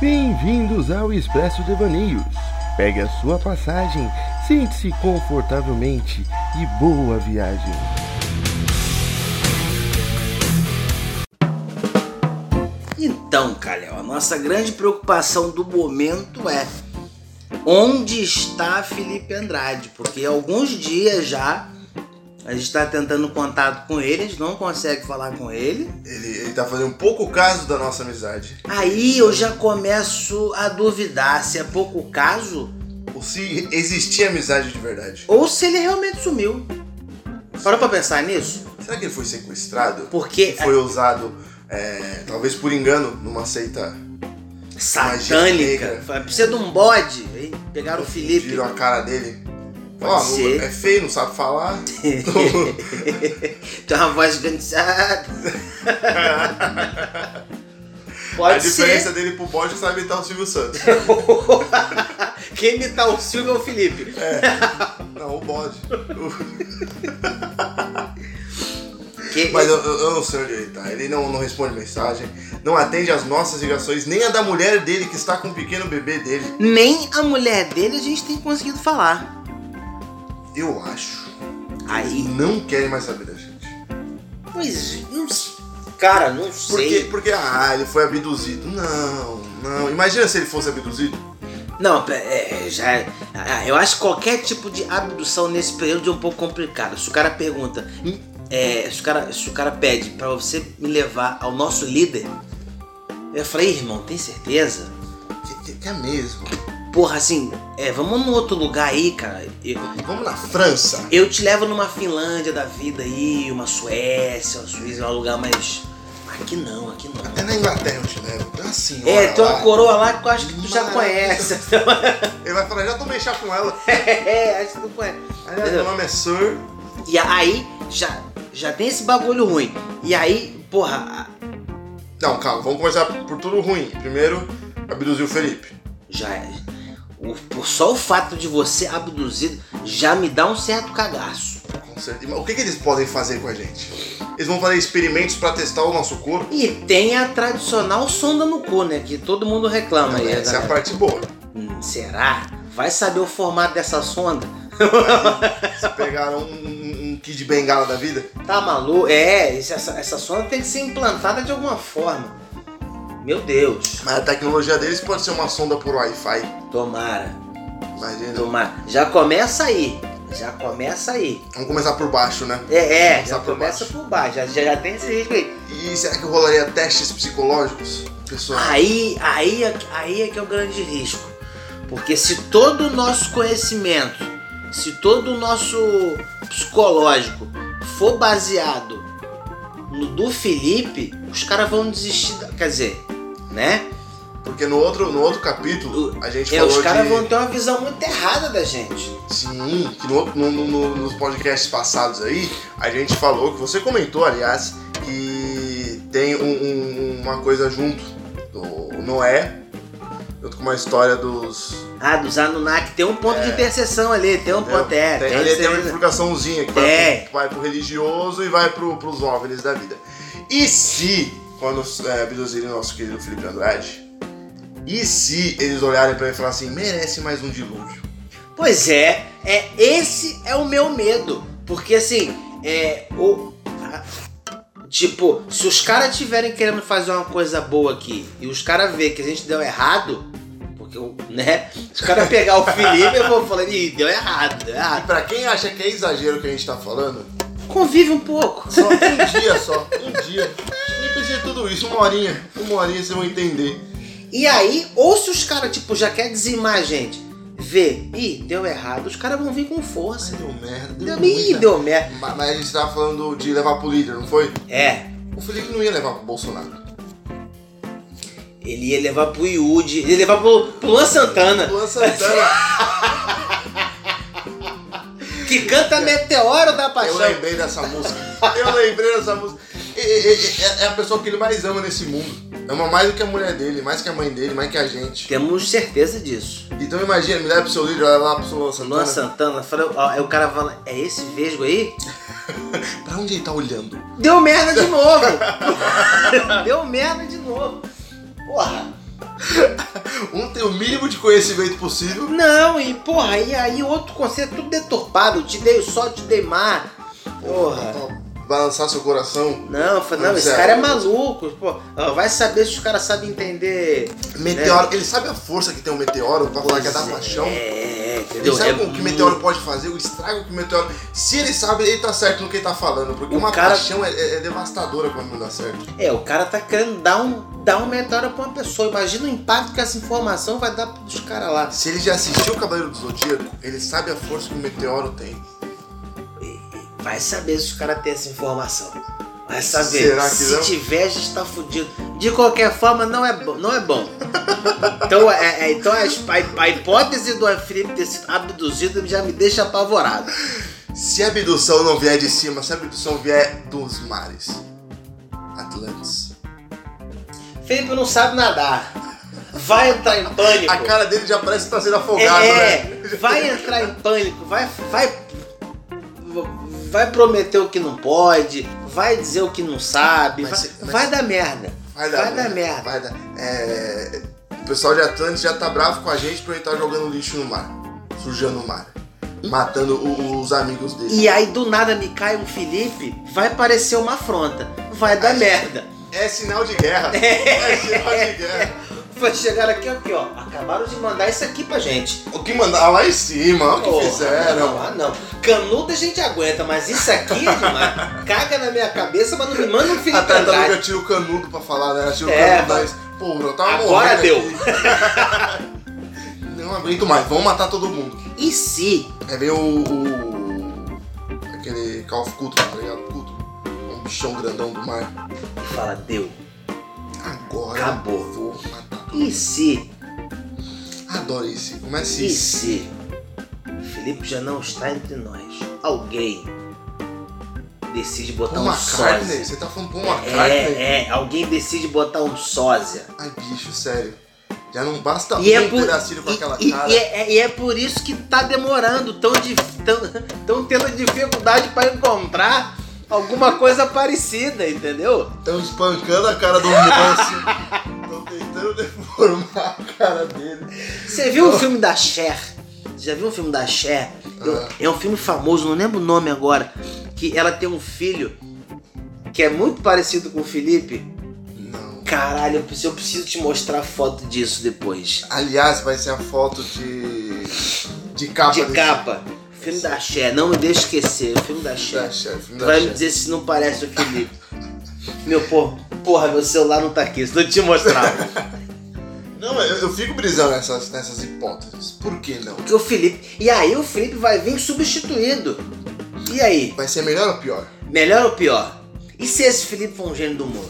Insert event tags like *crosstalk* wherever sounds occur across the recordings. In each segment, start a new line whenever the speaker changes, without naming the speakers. Bem-vindos ao Expresso Devaneios. Pegue a sua passagem, sente-se confortavelmente e boa viagem.
Então, Calhau, a nossa grande preocupação do momento é onde está Felipe Andrade? Porque há alguns dias já a gente está tentando contato com ele, a gente não consegue falar com ele.
Ele, ele tá fazendo pouco caso da nossa amizade.
Aí eu já começo a duvidar se é pouco caso
Ou se existia amizade de verdade.
ou se ele realmente sumiu. Parou pra pensar nisso?
Será que ele foi sequestrado?
Porque
Ele foi usado, é, talvez por engano, numa seita.
é
magia
satânica.
negra.
Precisa de um bode. Hein? Pegaram o Felipe.
Viram a cara dele.
Pode
Ó,
ser.
é feio, não sabe falar.
*laughs* Tem uma
*laughs*
voz cansada. Pode
a diferença
ser. *laughs*
dele pro bode é sabe imitar o Silvio Santos.
Quem imitar o Silvio é o Felipe.
não, o bode.
Que-
Mas eu, eu- eu não sei onde ele tá. Ele não, não responde mensagem, não atende as nossas ligações, nem a da mulher dele que está com o pequeno bebê dele.
Nem a mulher dele a gente tem conseguido falar.
Eu acho. E
Aí,
não querem mais saber da gente.
pois, não sei. Cara, não
Porque,
sei.
porque, ah, ele foi abduzido. Não, não. Imagina se ele fosse abduzido.
Não, pe- é, já. ah, Eu acho que qualquer tipo de abdução nesse período é um pouco complicado. Se o cara pergunta, é, se, o cara, se o cara pede pra você me levar ao nosso líder, eu falei, irmão, tem certeza?
Que, que- que é mesmo.
Porra, assim, é, vamos num outro lugar aí, cara. Eu,
Vamos na França.
eu te levo numa Finlândia da vida aí, uma Suécia, uma Suíça, um lugar mais. Aqui não, aqui não.
É na Inglaterra eu te levo. Tem uma senhora
É, tem uma
assim, lá.
coroa lá que eu acho que tu
*laughs*
já
Maravilha.
conhece.
Ele vai falar, já tomei chá com ela.
*laughs* é, acho que tu conhece.
Aliás, meu nome é Sir.
E aí, já, já tem esse bagulho ruim. E aí, porra, a-
Não, calma, vamos começar por tudo ruim. Primeiro, abduziu o Felipe.
já é. o- pô, só o fato de você abduzido já me dá um certo cagaço.
Com certeza. Mas O que, que eles podem fazer com a gente? Eles vão fazer experimentos pra testar o nosso corpo.
E tem a tradicional sonda no cu, né? Que todo mundo reclama aí. a
Essa é a
galera.
parte boa.
Hum, será? Vai saber o formato dessa sonda?
Se pegaram um, um, um kid bengala da vida.
Tá maluco? É, esse- essa, essa sonda tem que ser implantada de alguma forma. Meu Deus,
Mas a tecnologia deles pode ser uma sonda por Wi-Fi.
tomara.
Imagina.
Tomara. Já começa aí. Já começa aí.
Vamos começar por baixo, né?
É, é,
Começar
já
por
começa
baixo.
por baixo, já, já, já tem esse risco aí.
E será que rolaria testes psicológicos? Pessoal,
Aí, aí, é que- aí é que é o grande risco. Porque se todo o nosso conhecimento, se todo o nosso psicológico for baseado no do Felipe, os caras vão desistir, da- quer dizer, né?
porque no outro, no outro capítulo a gente
É,
falou
os caras
de...
vão ter uma visão muito errada da gente.
Sim, que no, no- no- no- nos podcasts passados aí, a gente falou, que você comentou, aliás, que tem um- um- uma coisa junto do Noé, junto com uma história dos...
Ah, dos Anunnaki, tem um ponto de interseção ali, tem um
entendeu?
ponto, é,
tem,
tem,
ali tem uma
esse-
bifurcaçãozinha que vai,
É.
pro, vai pro religioso e vai pro, pros óvulos da vida. E se, quando é, abduzirem nosso querido Felipe Andrade, e se eles olharem pra ele e falar assim, merece mais um dilúvio?
Pois é, é esse é o meu medo. Porque assim, é. O, a- tipo, se os caras tiverem querendo fazer uma coisa boa aqui e os caras vê que a gente deu errado, porque o- né? Se os caras pegar o Felipe, eu vou falando, ih, deu errado, deu
E
errado.
pra quem acha que é exagero o que a gente tá falando,
Convive um pouco.
Só um dia só, um dia. Nem pensei em tudo isso, uma horinha. Uma horinha vocês vão entender.
E aí, ou se os caras, tipo, já quer dizimar a gente, vê, ih, deu errado, os caras vão vir com força.
Deu merda, deu
Deu, ih,
muita.
deu merda.
Ma- Mas a gente tava falando de levar pro líder, não foi?
É,
O Felipe não ia levar pro Bolsonaro.
ele ia levar pro Iude, ele ia levar pro, pro Luan Santana.
Luan
*laughs*
Santana,
Que canta Meteoro da
eu
Paixão.
lembrei dessa música. Eu lembrei dessa música. E- e- e- É, é a pessoa que ele mais ama nesse mundo. Ama mais do que a mulher dele, mais que a mãe dele, mais que a gente.
Temos certeza disso.
Então imagina, me leva pro seu líder, olha lá pro seu Luan Santana.
Luan Santana, fala, ó, aí o cara fala, é esse vesgo aí?
Pra onde ele tá olhando?
Deu merda de *laughs* novo! Deu merda de novo! Porra!
Um tem o mínimo de conhecimento possível.
Não, e porra, e aí outro conceito tudo deturpado. Te dei o sol, te dei mar. Porra.
Pra balançar seu coração.
Não, eu falei, não,
Não,
esse
sério.
cara é maluco. Pô, ó, vai saber se os caras sabem entender.
Meteoro. Ele sabe a força que tem um meteoro pra falar que é da
É. Pois
paixão.
É,
Ele
entendeu?
sabe
É
o que o
muito-
meteoro pode fazer, o estrago que o meteoro. Se ele sabe, ele tá certo no que ele tá falando. Porque
O
uma
cara-
paixão é, é- é devastadora quando não dá certo.
É, o cara tá querendo dar um, dar um meteoro pra uma pessoa. Imagina o impacto que essa informação vai dar pros caras lá.
Se ele já assistiu o Cavaleiro do Zodíaco, ele sabe a força que o meteoro tem.
Vai saber se os caras têm essa informação. Vai saber.
Será que
se
não?
tiver, já está fudido. De qualquer forma, não é bom. Não é bom. então, é, é- então as- a, a hipótese do Felipe ter sido abduzido já me deixa apavorado.
Se a abdução não vier de cima, se a abdução vier dos mares. Atlantis.
Felipe não sabe nadar. Vai entrar em pânico.
A cara dele já parece que tá sendo
é,
afogado,
é,
né?
vai entrar em pânico. Vai, vai, vai prometer o que não pode. Vai dizer o que não sabe.
Mas
vai,
se- mas-
vai dar merda.
Vai
vai dar merda.
Vai dar. É, O pessoal de Atlantis já tá bravo com a gente por ele estar jogando lixo no mar. Sujando o mar. Matando o- os amigos dele.
E aí do nada me cai um Felipe, vai parecer uma afronta, vai dar merda.
É sinal de guerra. É sinal de guerra.
Foi chegar aqui, aqui, ó. Acabaram de mandar isso aqui pra gente.
O que mandaram lá em cima, olha o
Porra,
que
Não,
fizeram. Tá
ah, não. Canudo a gente aguenta, mas isso aqui, *laughs* mano, caga na minha cabeça, mas não me manda um
A
Felipe
tartaruga
Andrade.
tira o canudo pra falar, né? Ela tira o
É,
canudo mas... Pô, eu tava
Agora
morrendo
deu.
aqui. *laughs* Não aguento mais, vamos matar todo mundo.
E se?
É ver o, o- Aquele Call of Cthulhu, tá ligado? Cthulhu. Um bichão grandão do mar.
E fala, deu.
Agora
Acabou.
eu vou matar.
E se?
Adoro esse. Começa
E
isso.
se? Felipe já não está entre nós. Alguém decide botar
Paul
um
McCartney?
sósia.
Você tá falando Paul McCartney?
É, é, alguém decide botar um sósia.
Ai, bicho, sério. Já não basta
E é,
muito
por,
ter nascido com
e-
aquela
e-
cara.
e é- e é por isso que tá demorando, tão, dif- tão, tão tendo dificuldade pra encontrar alguma coisa parecida, entendeu?
Estão espancando a cara do moço. Estão tentando deformar a cara dele.
Você viu
Oh.
o filme da Cher? Você já viu o filme da Cher? Eu-
Ah.
É um filme famoso, não lembro o nome agora, que ela tem um filho que é muito parecido com o Felipe.
Não.
Caralho, eu preciso, eu preciso te mostrar a foto disso depois.
Aliás, vai ser a foto de. de capa
De
desse-
capa. Filme da Cher, não me deixe esquecer, o filme da Cher.
Da chefe,
Tu
da
vai me
chefe.
dizer se não parece o Felipe. Meu porra, porra, meu celular não tá aqui, senão eu
*laughs*
te mostrava.
Não, mas eu, eu fico brisando nessas, nessas hipóteses. Por que não?
Porque o Felipe. E aí o Felipe vai vir substituído. E aí?
Vai ser melhor ou pior?
Melhor ou pior? E se esse Felipe for um gênio do humor?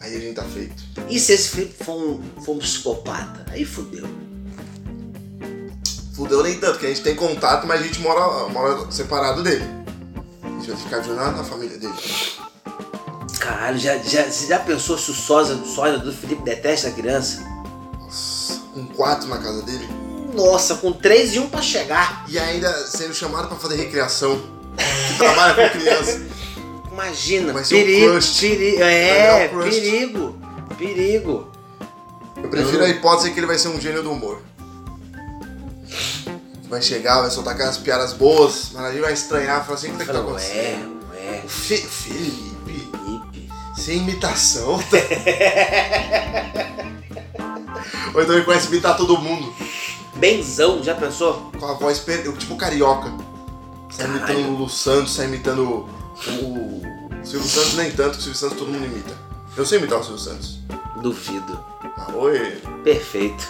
Aí a gente tá feito.
E se esse Felipe for um, for um psicopata? Aí fodeu.
Fudeu nem tanto, porque a gente tem contato, mas a gente mora, mora separado dele. A gente vai ficar de olho na na família dele.
Caralho, já, já, você já pensou se o sósia, o sósia do Felipe detesta a criança?
Nossa, um quarto na casa dele.
Nossa, com três e um pra chegar.
E ainda sendo chamado pra fazer recreação. Que trabalha com criança.
Imagina,
Vai ser um
perigo.
crush.
perigo.
Vai
É,
dar um crush.
perigo. Perigo.
Eu prefiro a hipótese que ele vai ser um gênio do humor. Vai chegar, vai soltar aquelas piadas boas, mas a gente vai estranhar, falar assim, o que, tá
Falou,
acontecendo?
é, ué,
Fe- Felipe,
Felipe.
sem imitação. Ou então ele começa a imitar todo mundo.
Benzão, já pensou?
com a voz per... tipo carioca. Sai
Caralho.
imitando o Lulu Santos, sai imitando o. o Silvio Santos nem tanto, que o Silvio Santos todo mundo imita. Eu sei imitar o Silvio Santos.
Duvido.
Ah, oi.
Perfeito.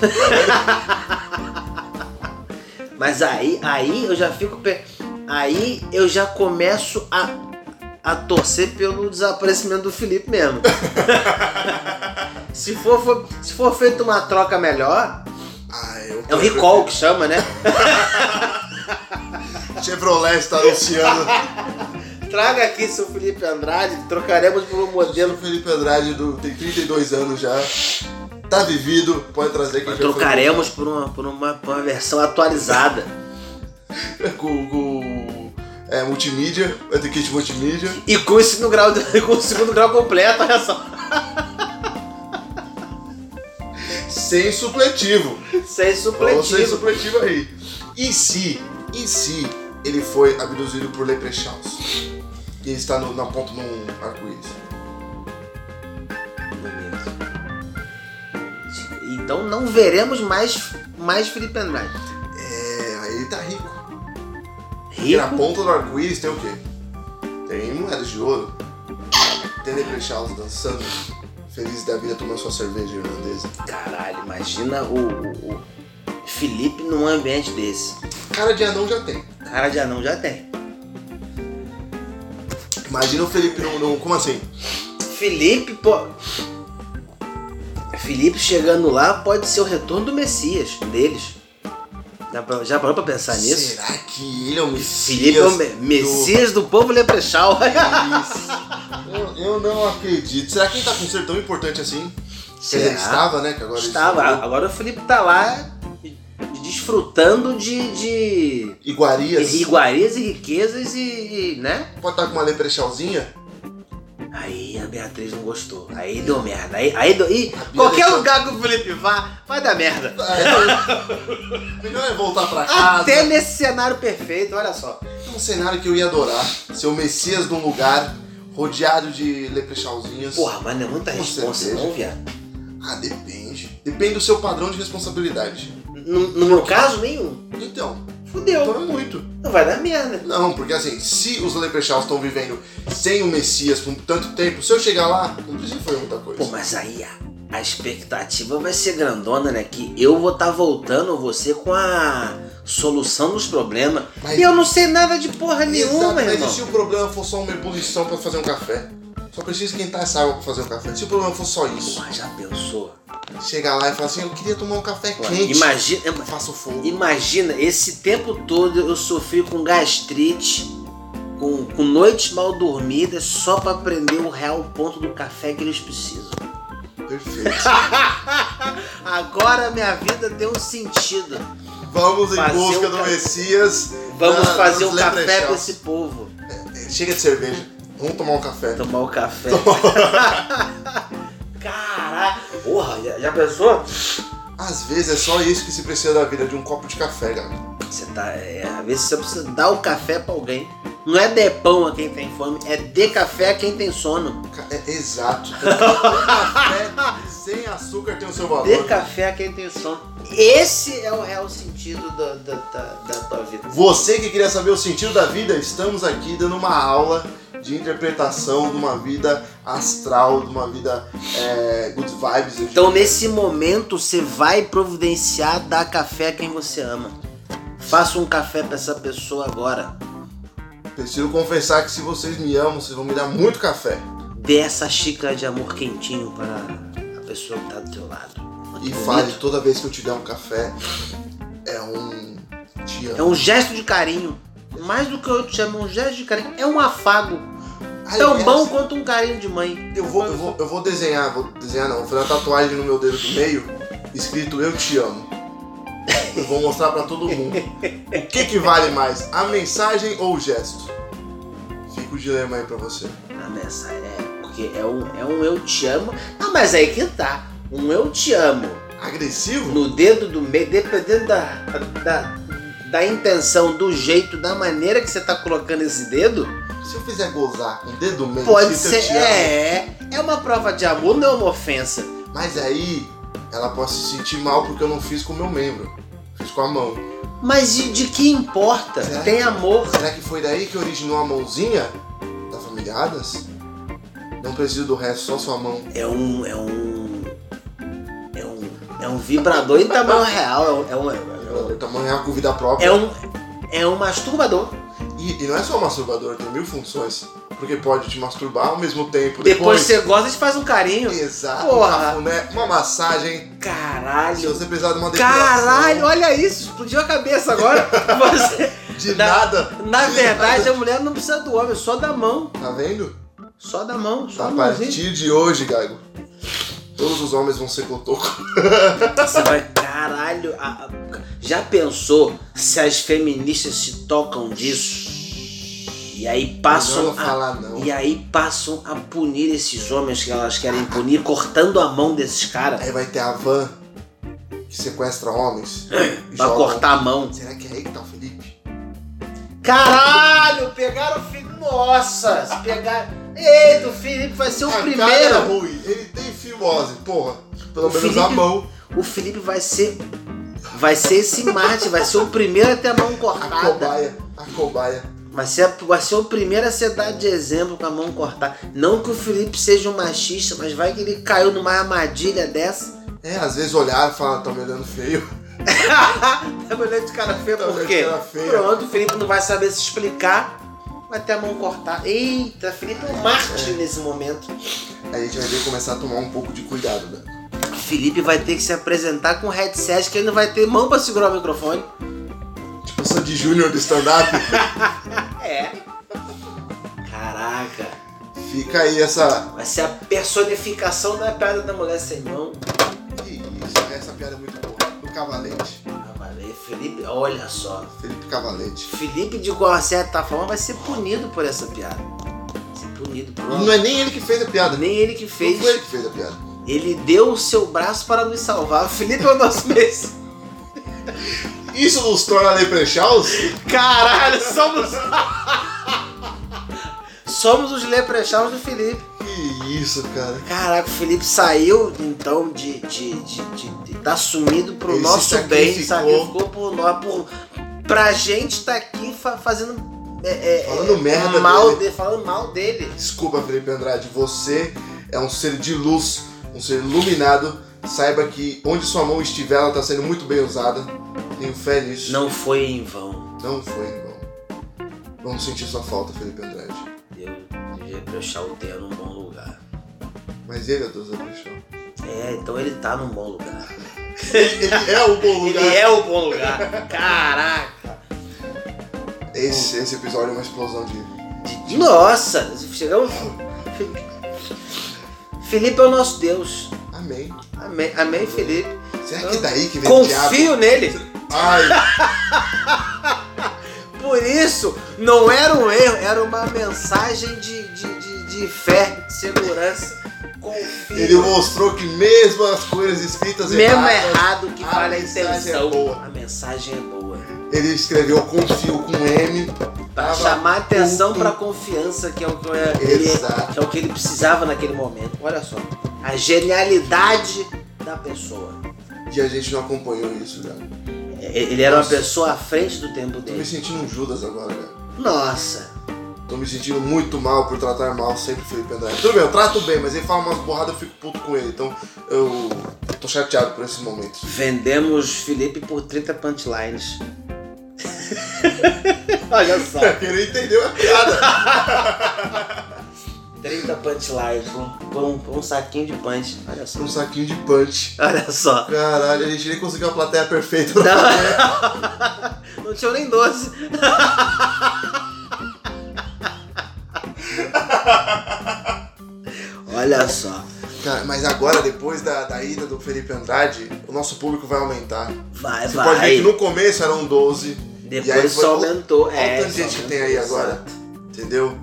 Mas aí, aí eu já fico. pe- Aí eu já começo a, a torcer pelo desaparecimento do Felipe mesmo. se, for, for- se for feita uma troca melhor,
Ah, eu
é o recall que chama, né?
Chevrolet está anunciando
Traga aqui seu Felipe Andrade, trocaremos por um modelo.
o Felipe Andrade do... tem 32 anos já. Tá vivido, pode trazer que a gente vai
Trocaremos por uma, por uma, por uma versão atualizada.
fazer com, com é, multimídia, vai ter kit multimídia.
E *laughs* com esse no grau com o segundo grau completo, olha só.
sem supletivo.
Sem
Falou sem
supletivo.
supletivo aí. E se, e se ele foi abduzido por leprechauns? E ele está no- na ponta de um arco-íris.
Então não veremos mais, mais Felipe Andrade.
É, aí ele tá rico. E na
Rico?
ponta do arco-íris tem o quê? Tem moedas de ouro. Tem leprechauns dançando. Feliz da vida tomando sua cerveja irlandesa.
Caralho, imagina o, o- o Felipe num ambiente desse.
Cara de anão já tem.
Cara de anão já tem.
Imagina o Felipe num. num- como assim?
Felipe, pô. Felipe chegando lá pode ser o retorno do Messias deles. Já, pa- já parou pra pensar Tá nisso?
Será que ele é o Messias?
Felipe é o me-
do-
Messias do povo *laughs* leprechal.
Isso. Eu, eu não acredito. Será que ele tá com um ser tão importante assim? Quer dizer,
Será?
estava, né? Que agora ele
É. Estava.
sumiu.
Agora o Felipe tá lá desfrutando de, de
Iguarias.
iguarias e riquezas e, e, né?
Pode estar com uma leprechauzinha?
Aí a Beatriz não gostou. Aí deu merda. Aí, aí deu- Ih,
Beatriz-
qualquer lugar que o Felipe vá, vai dar merda.
É, Melhor é voltar pra casa.
Até nesse cenário perfeito, olha só.
É um cenário que eu ia adorar. Ser o Messias de um lugar rodeado de leprechauzinhas.
Porra, mas não é muita
Com
responsa,
certeza.
não, viado.
Ah, depende. Depende do seu padrão de responsabilidade.
No, no meu caso, nenhum.
Então, então
Fudeu.
é muito.
Não vai dar merda.
Não, porque assim, se os leprechauns estão vivendo sem o Messias por tanto tempo, se eu chegar lá, não precisa fazer muita coisa.
Pô, mas aí a, a expectativa vai ser grandona, né? Que eu vou estar voltando você com a solução dos problemas.
Mas-
E eu não sei nada de porra
Exato,
nenhuma,
mas é e
irmão.
se o problema for só uma ebulição pra fazer um café? Só preciso esquentar essa água pra fazer um café. Se o problema for só isso,
Porra, já pensou?
chegar lá e falar assim, eu queria tomar um café
Pô,
quente.
Imagina,
Eu Faço fogo.
imagina, esse tempo todo eu sofri com gastrite, com, com noites mal dormidas, só pra aprender o real ponto do café que eles precisam.
Perfeito.
Agora minha vida tem um sentido.
Vamos em
Fazer
busca
um
do
ca-
Messias.
Vamos
Ah,
fazer
vamos
um café
leprechauns.
pra esse povo.
Chega de cerveja. Vamos tomar um café.
Tomar o café. Caralho! Porra, já, já pensou?
Às vezes é só isso que se precisa da vida, de um copo de café, galera.
Você tá. É, às vezes você precisa dar o café pra alguém. Não é de pão a quem tem fome, é de café a quem tem sono.
Ca- É,
*laughs*
exato. Um café sem açúcar tem o seu valor.
De café a quem tem sono. Esse é o real sentido da, da, da- da tua vida.
Você que queria saber o sentido da vida, estamos aqui dando uma aula de interpretação de uma vida astral, de uma vida é, good vibes. eu
Então
digo.
nesse momento você vai providenciar dar café a quem você ama. Faça um café pra essa pessoa agora.
Preciso confessar que se vocês me amam, vocês vão me dar muito café.
Dê essa xícara de amor quentinho para a pessoa que tá do teu lado.
E
Bonito.
fale toda vez que eu te der um café, é um te
É
amo.
um gesto de carinho. Mais do que eu te chamo, um gesto de carinho. É um afago. É Tão
Aliás,
bom quanto um carinho de mãe.
Eu vou, eu vou, eu vou desenhar, vou desenhar não, vou fazer uma tatuagem no meu dedo do meio, escrito Eu Te Amo. *laughs* Eu vou mostrar pra todo mundo. O que que vale mais, a mensagem ou o gesto? Fica o dilema aí pra você.
A mensagem é. Porque é um, é um eu te amo. Ah, mas aí que tá. Um eu te amo.
Agressivo?
No dedo do meio, dependendo da, da, da intenção, do jeito, da maneira que você tá colocando esse dedo,
Se eu fizer gozar com o dedo do meio,
pode
escrito
ser.
Eu Te Amo,
É, é uma prova de amor, não é uma ofensa.
mas aí ela pode se sentir mal porque eu não fiz com o meu membro. Fiz com a mão.
Mas de, de que importa?
Será?
Tem amor.
Será que foi daí que originou a mãozinha da família Adams? Não preciso do resto, só sua mão.
É um. É um. É um. É um vibrador em tamanho real. É um. É um.
O tamanho real com vida própria.
É um, é um masturbador.
E, e não é só masturbador, tem mil funções. Porque pode te masturbar ao mesmo tempo. Depois,
Depois você gosta e faz um carinho.
Exato,
Porra.
um cafuné, uma massagem. Se
Caralho.
você precisar de uma depilação,
Caralho, olha isso. Explodiu a cabeça agora. Você-
de
Na-
nada.
na
de
verdade, a mulher não precisa do homem, só da mão.
nada. Tá vendo? Tá,
Só da mão. Só
A
da mãozinha.
partir de hoje, Gago, todos os homens vão ser é cotoco.
Você vai, caralho, a- a- já pensou se as feministas se tocam disso? E
Passou.
aí passam
Não vou
a,
falar, não.
e aí passam a punir esses homens que elas querem punir, cortando a mão desses caras.
Aí vai ter a van que sequestra homens. e
Pra
joga- um
cortar a mão.
Será que é aí que tá o Felipe?
Caralho, pegaram o Felipe. Nossa, se pegar. Eita, o Felipe vai ser o
A
primeiro.
cara é ruim. Ele tem fimose, porra. Pelo
O
menos
Felipe-
a mão.
O Felipe vai ser. Vai ser esse mate, vai ser o primeiro a ter a mão
A
cortada.
cobaia. A cobaia.
Vai ser, vai ser o primeiro a ser dado de exemplo com a mão cortada. Não que o Felipe seja um machista, mas vai que ele caiu numa armadilha *laughs* dessa.
É, às vezes olhar e falar, tá me olhando feio.
tá me olhando de cara feia
Tá
por
olhando
quê?
de cara feia.
Pronto, o Felipe não vai saber se explicar. Vai ter a mão cortada. Eita, Felipe é um mártir nesse momento.
Aí a gente vai ter que começar a tomar um pouco de cuidado, né?
Felipe vai ter que se apresentar com um headset que ele não vai ter mão pra segurar o microfone.
Tipo, eu sou de Júnior do stand-up.
É. Caraca.
Fica aí essa.
Vai ser a personificação da piada da mulher sem mão.
Ih, Isso, essa piada é muito boa. Do Cavalete.
Ah, mas aí, Felipe, olha só.
Felipe Cavalete.
Felipe, de uma certa forma, vai ser punido por essa piada. Vai ser punido por
Não é nem ele que fez a piada.
Nem ele que fez.
Não foi ele que fez a piada.
Ele deu o seu braço para nos salvar. *laughs* Felipe é o nosso Messi.
Isso nos torna Leprechauns?
Caralho, somos. *laughs* somos os leprechauns do Felipe.
Que isso, cara.
Caraca, o Felipe saiu então de estar de, de, de, de tá sumido pro
Ele se
nosso bem,
sacrificou.
sacrificou por nós, por, pra gente tá aqui fa- fazendo. é, é,
Falando
é,
merda
mal
dele.
de- falando mal dele.
Desculpa, Felipe Andrade, você é um ser de luz, um ser iluminado. Saiba que onde sua mão estiver, ela tá sendo muito bem usada. Tenho fé nisso.
Não foi em vão.
Não foi em vão. Vamos sentir sua falta, Felipe Andrade.
Eu devia deixar o Theo num bom lugar.
Mas ele é o Deus da paixão.
É, então ele tá num bom lugar.
Ele é o bom lugar.
Ele é o bom
*laughs*
lugar. Caraca.
Esse, esse episódio é uma explosão de.
De- Nossa, chegamos. Felipe é o nosso Deus.
Amém.
Amém, amém Felipe.
Será que daí que vem o diabo?
Confio nele.
Ai,
Por isso, não era um erro, era uma mensagem de, de, de, de fé, de segurança. Confio.
ele mostrou que mesmo as coisas escritas
Mesmo é-
erradas,
errado que
"Ah, a
vale a
mensagem
intenção.
é boa.
A mensagem é boa.
ele escreveu confio com M.
Pra
Tava
chamar atenção
puto.
pra confiança, que é o que, é,
Exato.
que é o que ele precisava naquele momento. Olha só. A genialidade da pessoa.
E a gente não acompanhou isso, cara.
É, Ele era uma pessoa à frente do tempo
Tô me
dele.
sentindo um Judas agora, cara.
Nossa.
Tô me sentindo muito mal por tratar mal sempre o Felipe Andrade. Tudo bem, eu trato bem, mas ele fala umas borradas, eu fico puto com ele. Então eu tô chateado por esse momento.
Vendemos Felipe por 30 punchlines. Olha só.
Ele entendeu a piada.
30 punchlines. Um, um, um saquinho de punch. Olha só.
um saquinho de punch.
Olha só.
Caralho, a gente nem conseguiu a plateia perfeita.
Não, não tinha nem 12. Olha só.
Cara, mas agora, depois da, da ida do Felipe Andrade, o nosso público vai aumentar.
Vai,
Você pode ver
vai.
que no começo eram 12, e aí
Depois
foi-
só aumentou.
olha o
é,
tanto de
só
gente que
aumentou,
tem aí
exato.
agora. entendeu?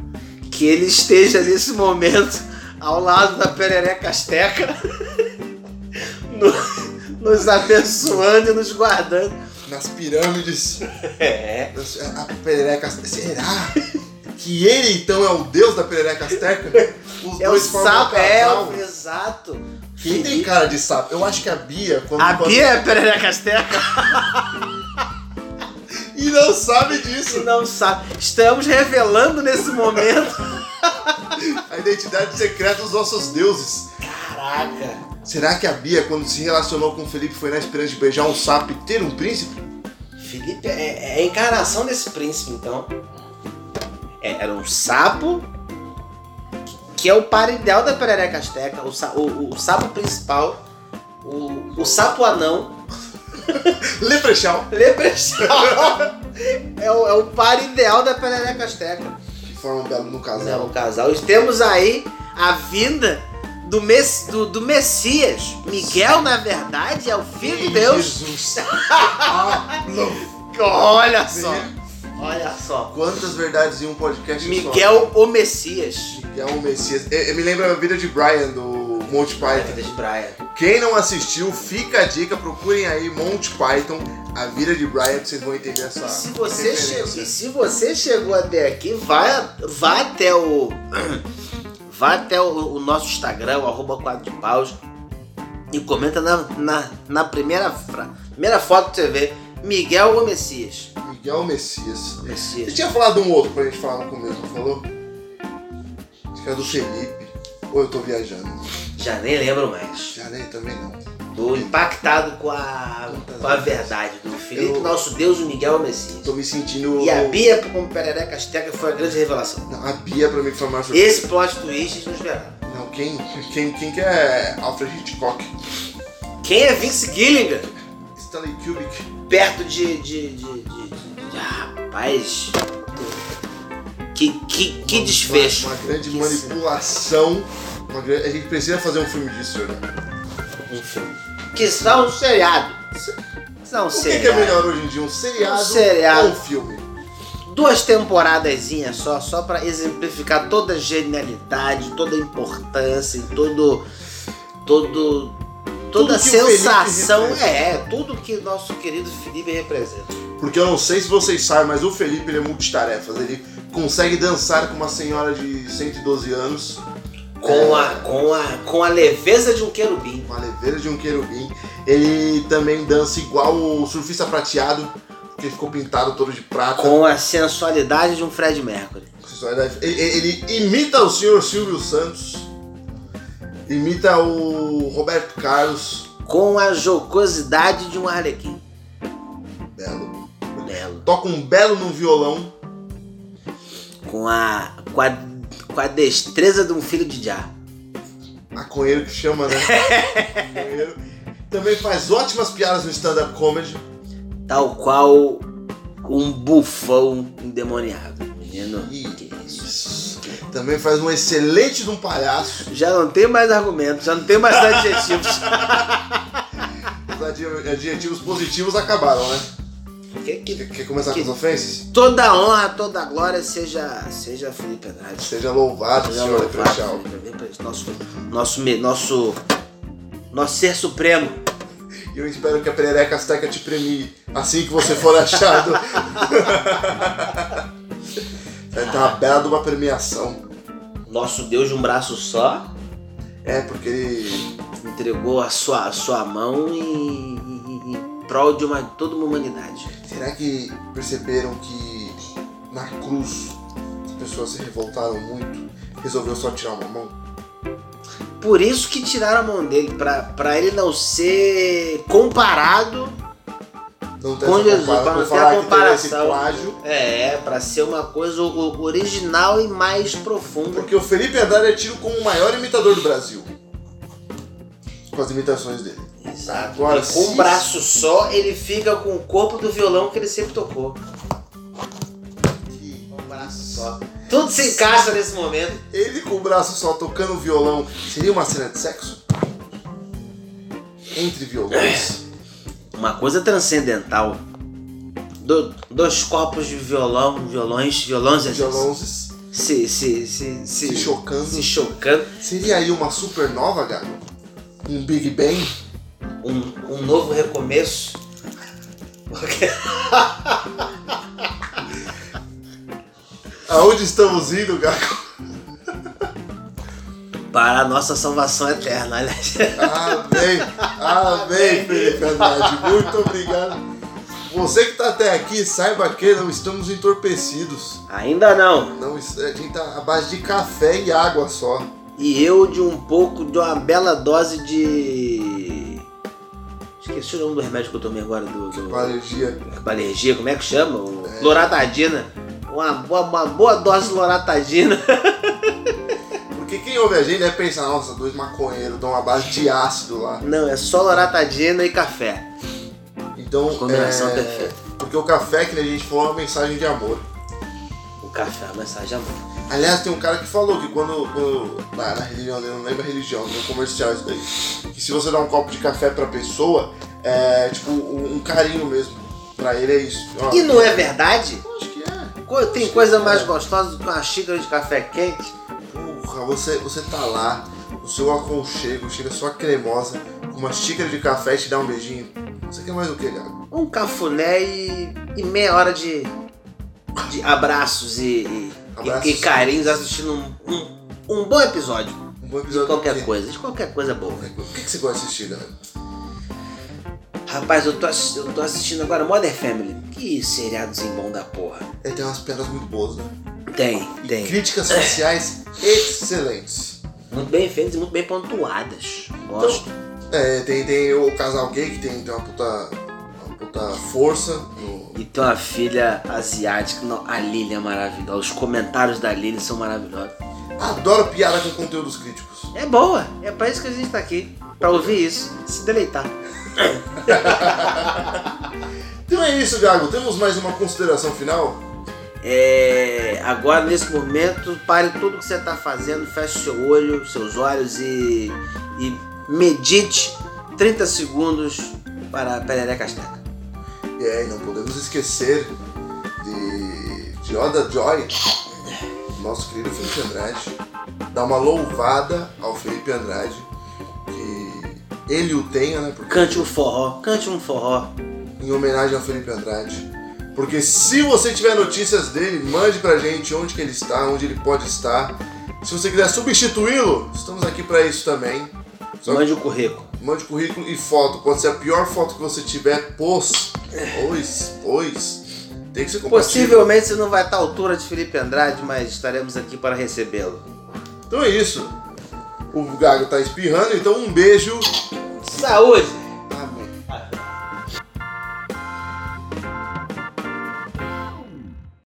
Que ele esteja nesse momento ao lado da perereca asteca. *laughs* no- Nos abençoando e nos guardando.
Nas pirâmides.
É.
A perereca. Será? Que ele então é o deus da perereca asteca? Os
É o
dois formam um
sapo, é
casal.
o exato.
Quem tem cara de sapo? Eu acho que a Bia, quando.
A
quando-
Bia é perereca asteca
E não sabe
que
disso.
não sabe. Estamos revelando nesse momento.
A identidade secreta dos nossos deuses.
Caraca.
Será que a Bia, quando se relacionou com o Felipe, foi na esperança de beijar um sapo e ter um príncipe?
Felipe é, é a encarnação desse príncipe, então. É, era um sapo, que é o par ideal da perereca asteca. O, sa- o- o sapo principal, o, o sapo anão,
Leprechal.
leprechal. *laughs* é, o, é o par ideal da perereca asteca.
Que forma um belo no
Não,
casal.
o casal. E Temos aí a vinda do, Mes- do, do Messias. Miguel, na verdade, é o filho de Deus.
Jesus. *laughs* Ah, não.
Olha só. Olha só.
Quantas verdades em um podcast só. É,
Miguel, o Messias.
Miguel o Messias. Eu, eu me lembro a vida de Brian do Monty Python.
Vida de Brian.
Quem não assistiu, fica a dica, procurem aí Monty Python, a vida de Brian, que vocês vão entender essa.
Se você,
referência.
chegou, se você chegou até aqui, vá, vá até o. *clears throat* Vá até o, o nosso Instagram, o arroba quadro de paus, e comenta na, na, na primeira, fra- primeira foto que você vê. Miguel ou Messias?
Miguel Messias. Você
Messias.
tinha falado um outro pra gente falar no começo, não falou? Acho que é do Felipe. Ou eu tô viajando?
Já nem lembro mais.
Já nem também não.
Tô impactado com a, com a verdade do Felipe,
Eu-
nosso Deus, o Miguel ou Messias.
Tô me sentindo.
E a Bia como Perereca Azteca foi a grande revelação.
Não, a Bia pra mim foi mais.
Esse plot twist nos verá.
Não, quem, quem, quem que é Alfred Hitchcock?
Quem é Vince Gilligan?
Stanley Kubrick.
perto de. de, de, de- de- de- rapaz. Que, que, que
Uma-
desfecho.
Uma, uma grande
Que
manipulação. Uma grande- A gente precisa fazer um filme disso, né?
Um filme. Que são um seriado. São um
O que, que é
seriado.
melhor hoje em dia? Um seriado,
Um seriado.
ou um filme?
Duas temporadazinhas só, só pra exemplificar toda a genialidade, toda a importância, e todo. todo.
Tudo
toda a
que o Felipe
sensação.
representa.
É, tudo que nosso querido Felipe representa.
Porque eu não sei se vocês sabem, mas o Felipe ele é multitarefas. Ele consegue dançar com uma senhora de 112 anos,
Com a, com a, com a leveza de um querubim.
uma leveira de um querubim. Ele também dança igual o surfista prateado, que ficou pintado todo de prata.
Com a sensualidade de um Fred Mercury.
Ele, ele imita o senhor Silvio Santos, imita o Roberto Carlos,
com a jocosidade de um arlequim.
belo.
Belo.
Toca um belo no violão,
Com a, com a, com a destreza de um filho de Jah.
maconheiro que chama, né? Maconheiro. Também faz ótimas piadas no stand-up comedy.
Tal qual um bufão endemoniado. Menino,
Ih,
que isso.
Isso. Também faz um excelente de um palhaço.
Já não tem mais argumentos, já não tem mais adjetivos.
Os adi- adjetivos positivos acabaram, né?
*laughs* Que- que-
Quer, quer começar com as ofensas?
toda honra, toda glória seja, seja Felipe Andrade.
Seja louvado,
Seja
senhor
louvado,
Leprechal.
Felipe Andrade, Nosso, nosso, me- nosso, nosso ser supremo.
E eu espero que a perereca asteca te premie assim que você for
*laughs*
achado. Vai ter uma bela de uma premiação.
Nosso Deus de um braço só.
É, porque ele.
entregou a sua, a sua mão e, e- e- em prol de uma, toda uma humanidade.
Será que perceberam que na cruz as pessoas se revoltaram muito? Resolveu só tirar uma mão?
Por isso que tiraram a mão dele, pra, pra ele não ser comparado,
Não
Com
essa
Jesus,
compara-
pra não
não
ter
falar que teve esse
comparação.
plágio.
é, pra ser uma coisa o- original e mais profunda.
Porque o Felipe Andrade é tido como o maior imitador do Brasil. Com as imitações dele.
Exato.
Agora,
E com
se-
um braço só, ele fica com o corpo do violão que ele sempre tocou.
Que
Com um braço só. Tudo se encaixa nesse momento.
Ele com o braço só tocando violão seria uma cena de sexo? Entre violões.
Uma coisa transcendental. Do- dois corpos de violão, violões, violões,
Violões
se, se,
se
se, se,
chocando.
se chocando.
Seria aí uma supernova, Gago? Um Big Bang?
Um, um novo recomeço.
Aonde estamos indo, Gago?
Para a nossa salvação eterna. né, Aliás,
Amém! Amém, Felipe Andrade. Muito obrigado. Você que tá até aqui, saiba que não estamos entorpecidos.
Ainda não.
Não, isso- a gente tá à base de café e água só.
E eu de um pouco, de uma bela dose de. Esqueci o nome do remédio que eu tomei agora. Do, do...
Com alergia.
pra alergia, como é que chama? O- Loratadina. Uma boa, uma boa dose de loratadina. *laughs*
Porque quem ouve a gente deve pensar, nossa, dois maconheiros dão uma base de ácido lá.
Não, é só loratadina e café.
Então,
Combinação
é,
perfeita.
Porque o café que a gente falou é uma mensagem de amor.
O café, é a mensagem de amor.
Aliás, tem um cara que falou que quando. quando na, na religião dele, eu não lembro a religião, tem um comercial isso daí. Que se você dá um copo de café pra pessoa, é tipo um, um carinho mesmo. Pra ele é isso. Ó,
E não é verdade?
eu Acho que é.
Co- Tem coisa mais gostosa do que uma xícara de café quente?
Porra, você, você tá lá, o seu aconchego, chega sua cremosa, com uma xícara de café e te dá um beijinho. Você quer mais o que, Gabi?
Um cafuné e, e meia hora de, de abraços e, e,
Abraços.
e- e carinhos assistindo um, um, um bom episódio
Um bom episódio
de
do
qualquer
quê?
coisa, de qualquer coisa boa.
O que, que você gosta de assistir, Gabi?
Rapaz, eu tô, assi- eu tô assistindo agora Mother Family. Que seriadozinho bom da porra.
Ele É, tem umas piadas muito boas, né?
Tem,
E
tem.
críticas sociais excelentes.
Muito bem feitas e muito bem pontuadas. Gosto.
É, tem, tem o casal gay que tem, tem uma puta. uma puta força no.
E tem uma filha asiática. Não, a Lily é maravilhosa. Os comentários da Lily são maravilhosos.
Adoro piada com conteúdos críticos.
É boa. É pra isso que a gente tá aqui. Pra ouvir isso. Se deleitar.
Então é isso, Gago. Temos mais uma consideração final?
É, agora, nesse momento, pare tudo que você tá fazendo. Feche seu olho, seus olhos e, e medite 30 segundos para a perereca Azteca.
E é, não podemos esquecer de, de Oda Joy, nosso querido Felipe Andrade, dar uma louvada ao Felipe Andrade, que ele o tenha, né? Porque,
Cante um forró. Cante um forró.
em homenagem ao Felipe Andrade. Porque se você tiver notícias dele, mande pra gente onde que ele está, onde ele pode estar. Se você quiser substituí-lo, estamos aqui pra isso também. Só que
Mande o currículo.
Mande currículo e foto. Pode ser a pior foto que você tiver, pois. Pois, pois. Tem que ser compatível.
Possivelmente você não vai estar à altura de Felipe Andrade, mas estaremos aqui para recebê-lo.
Então é isso. O Gago tá espirrando, então um beijo.
Saúde!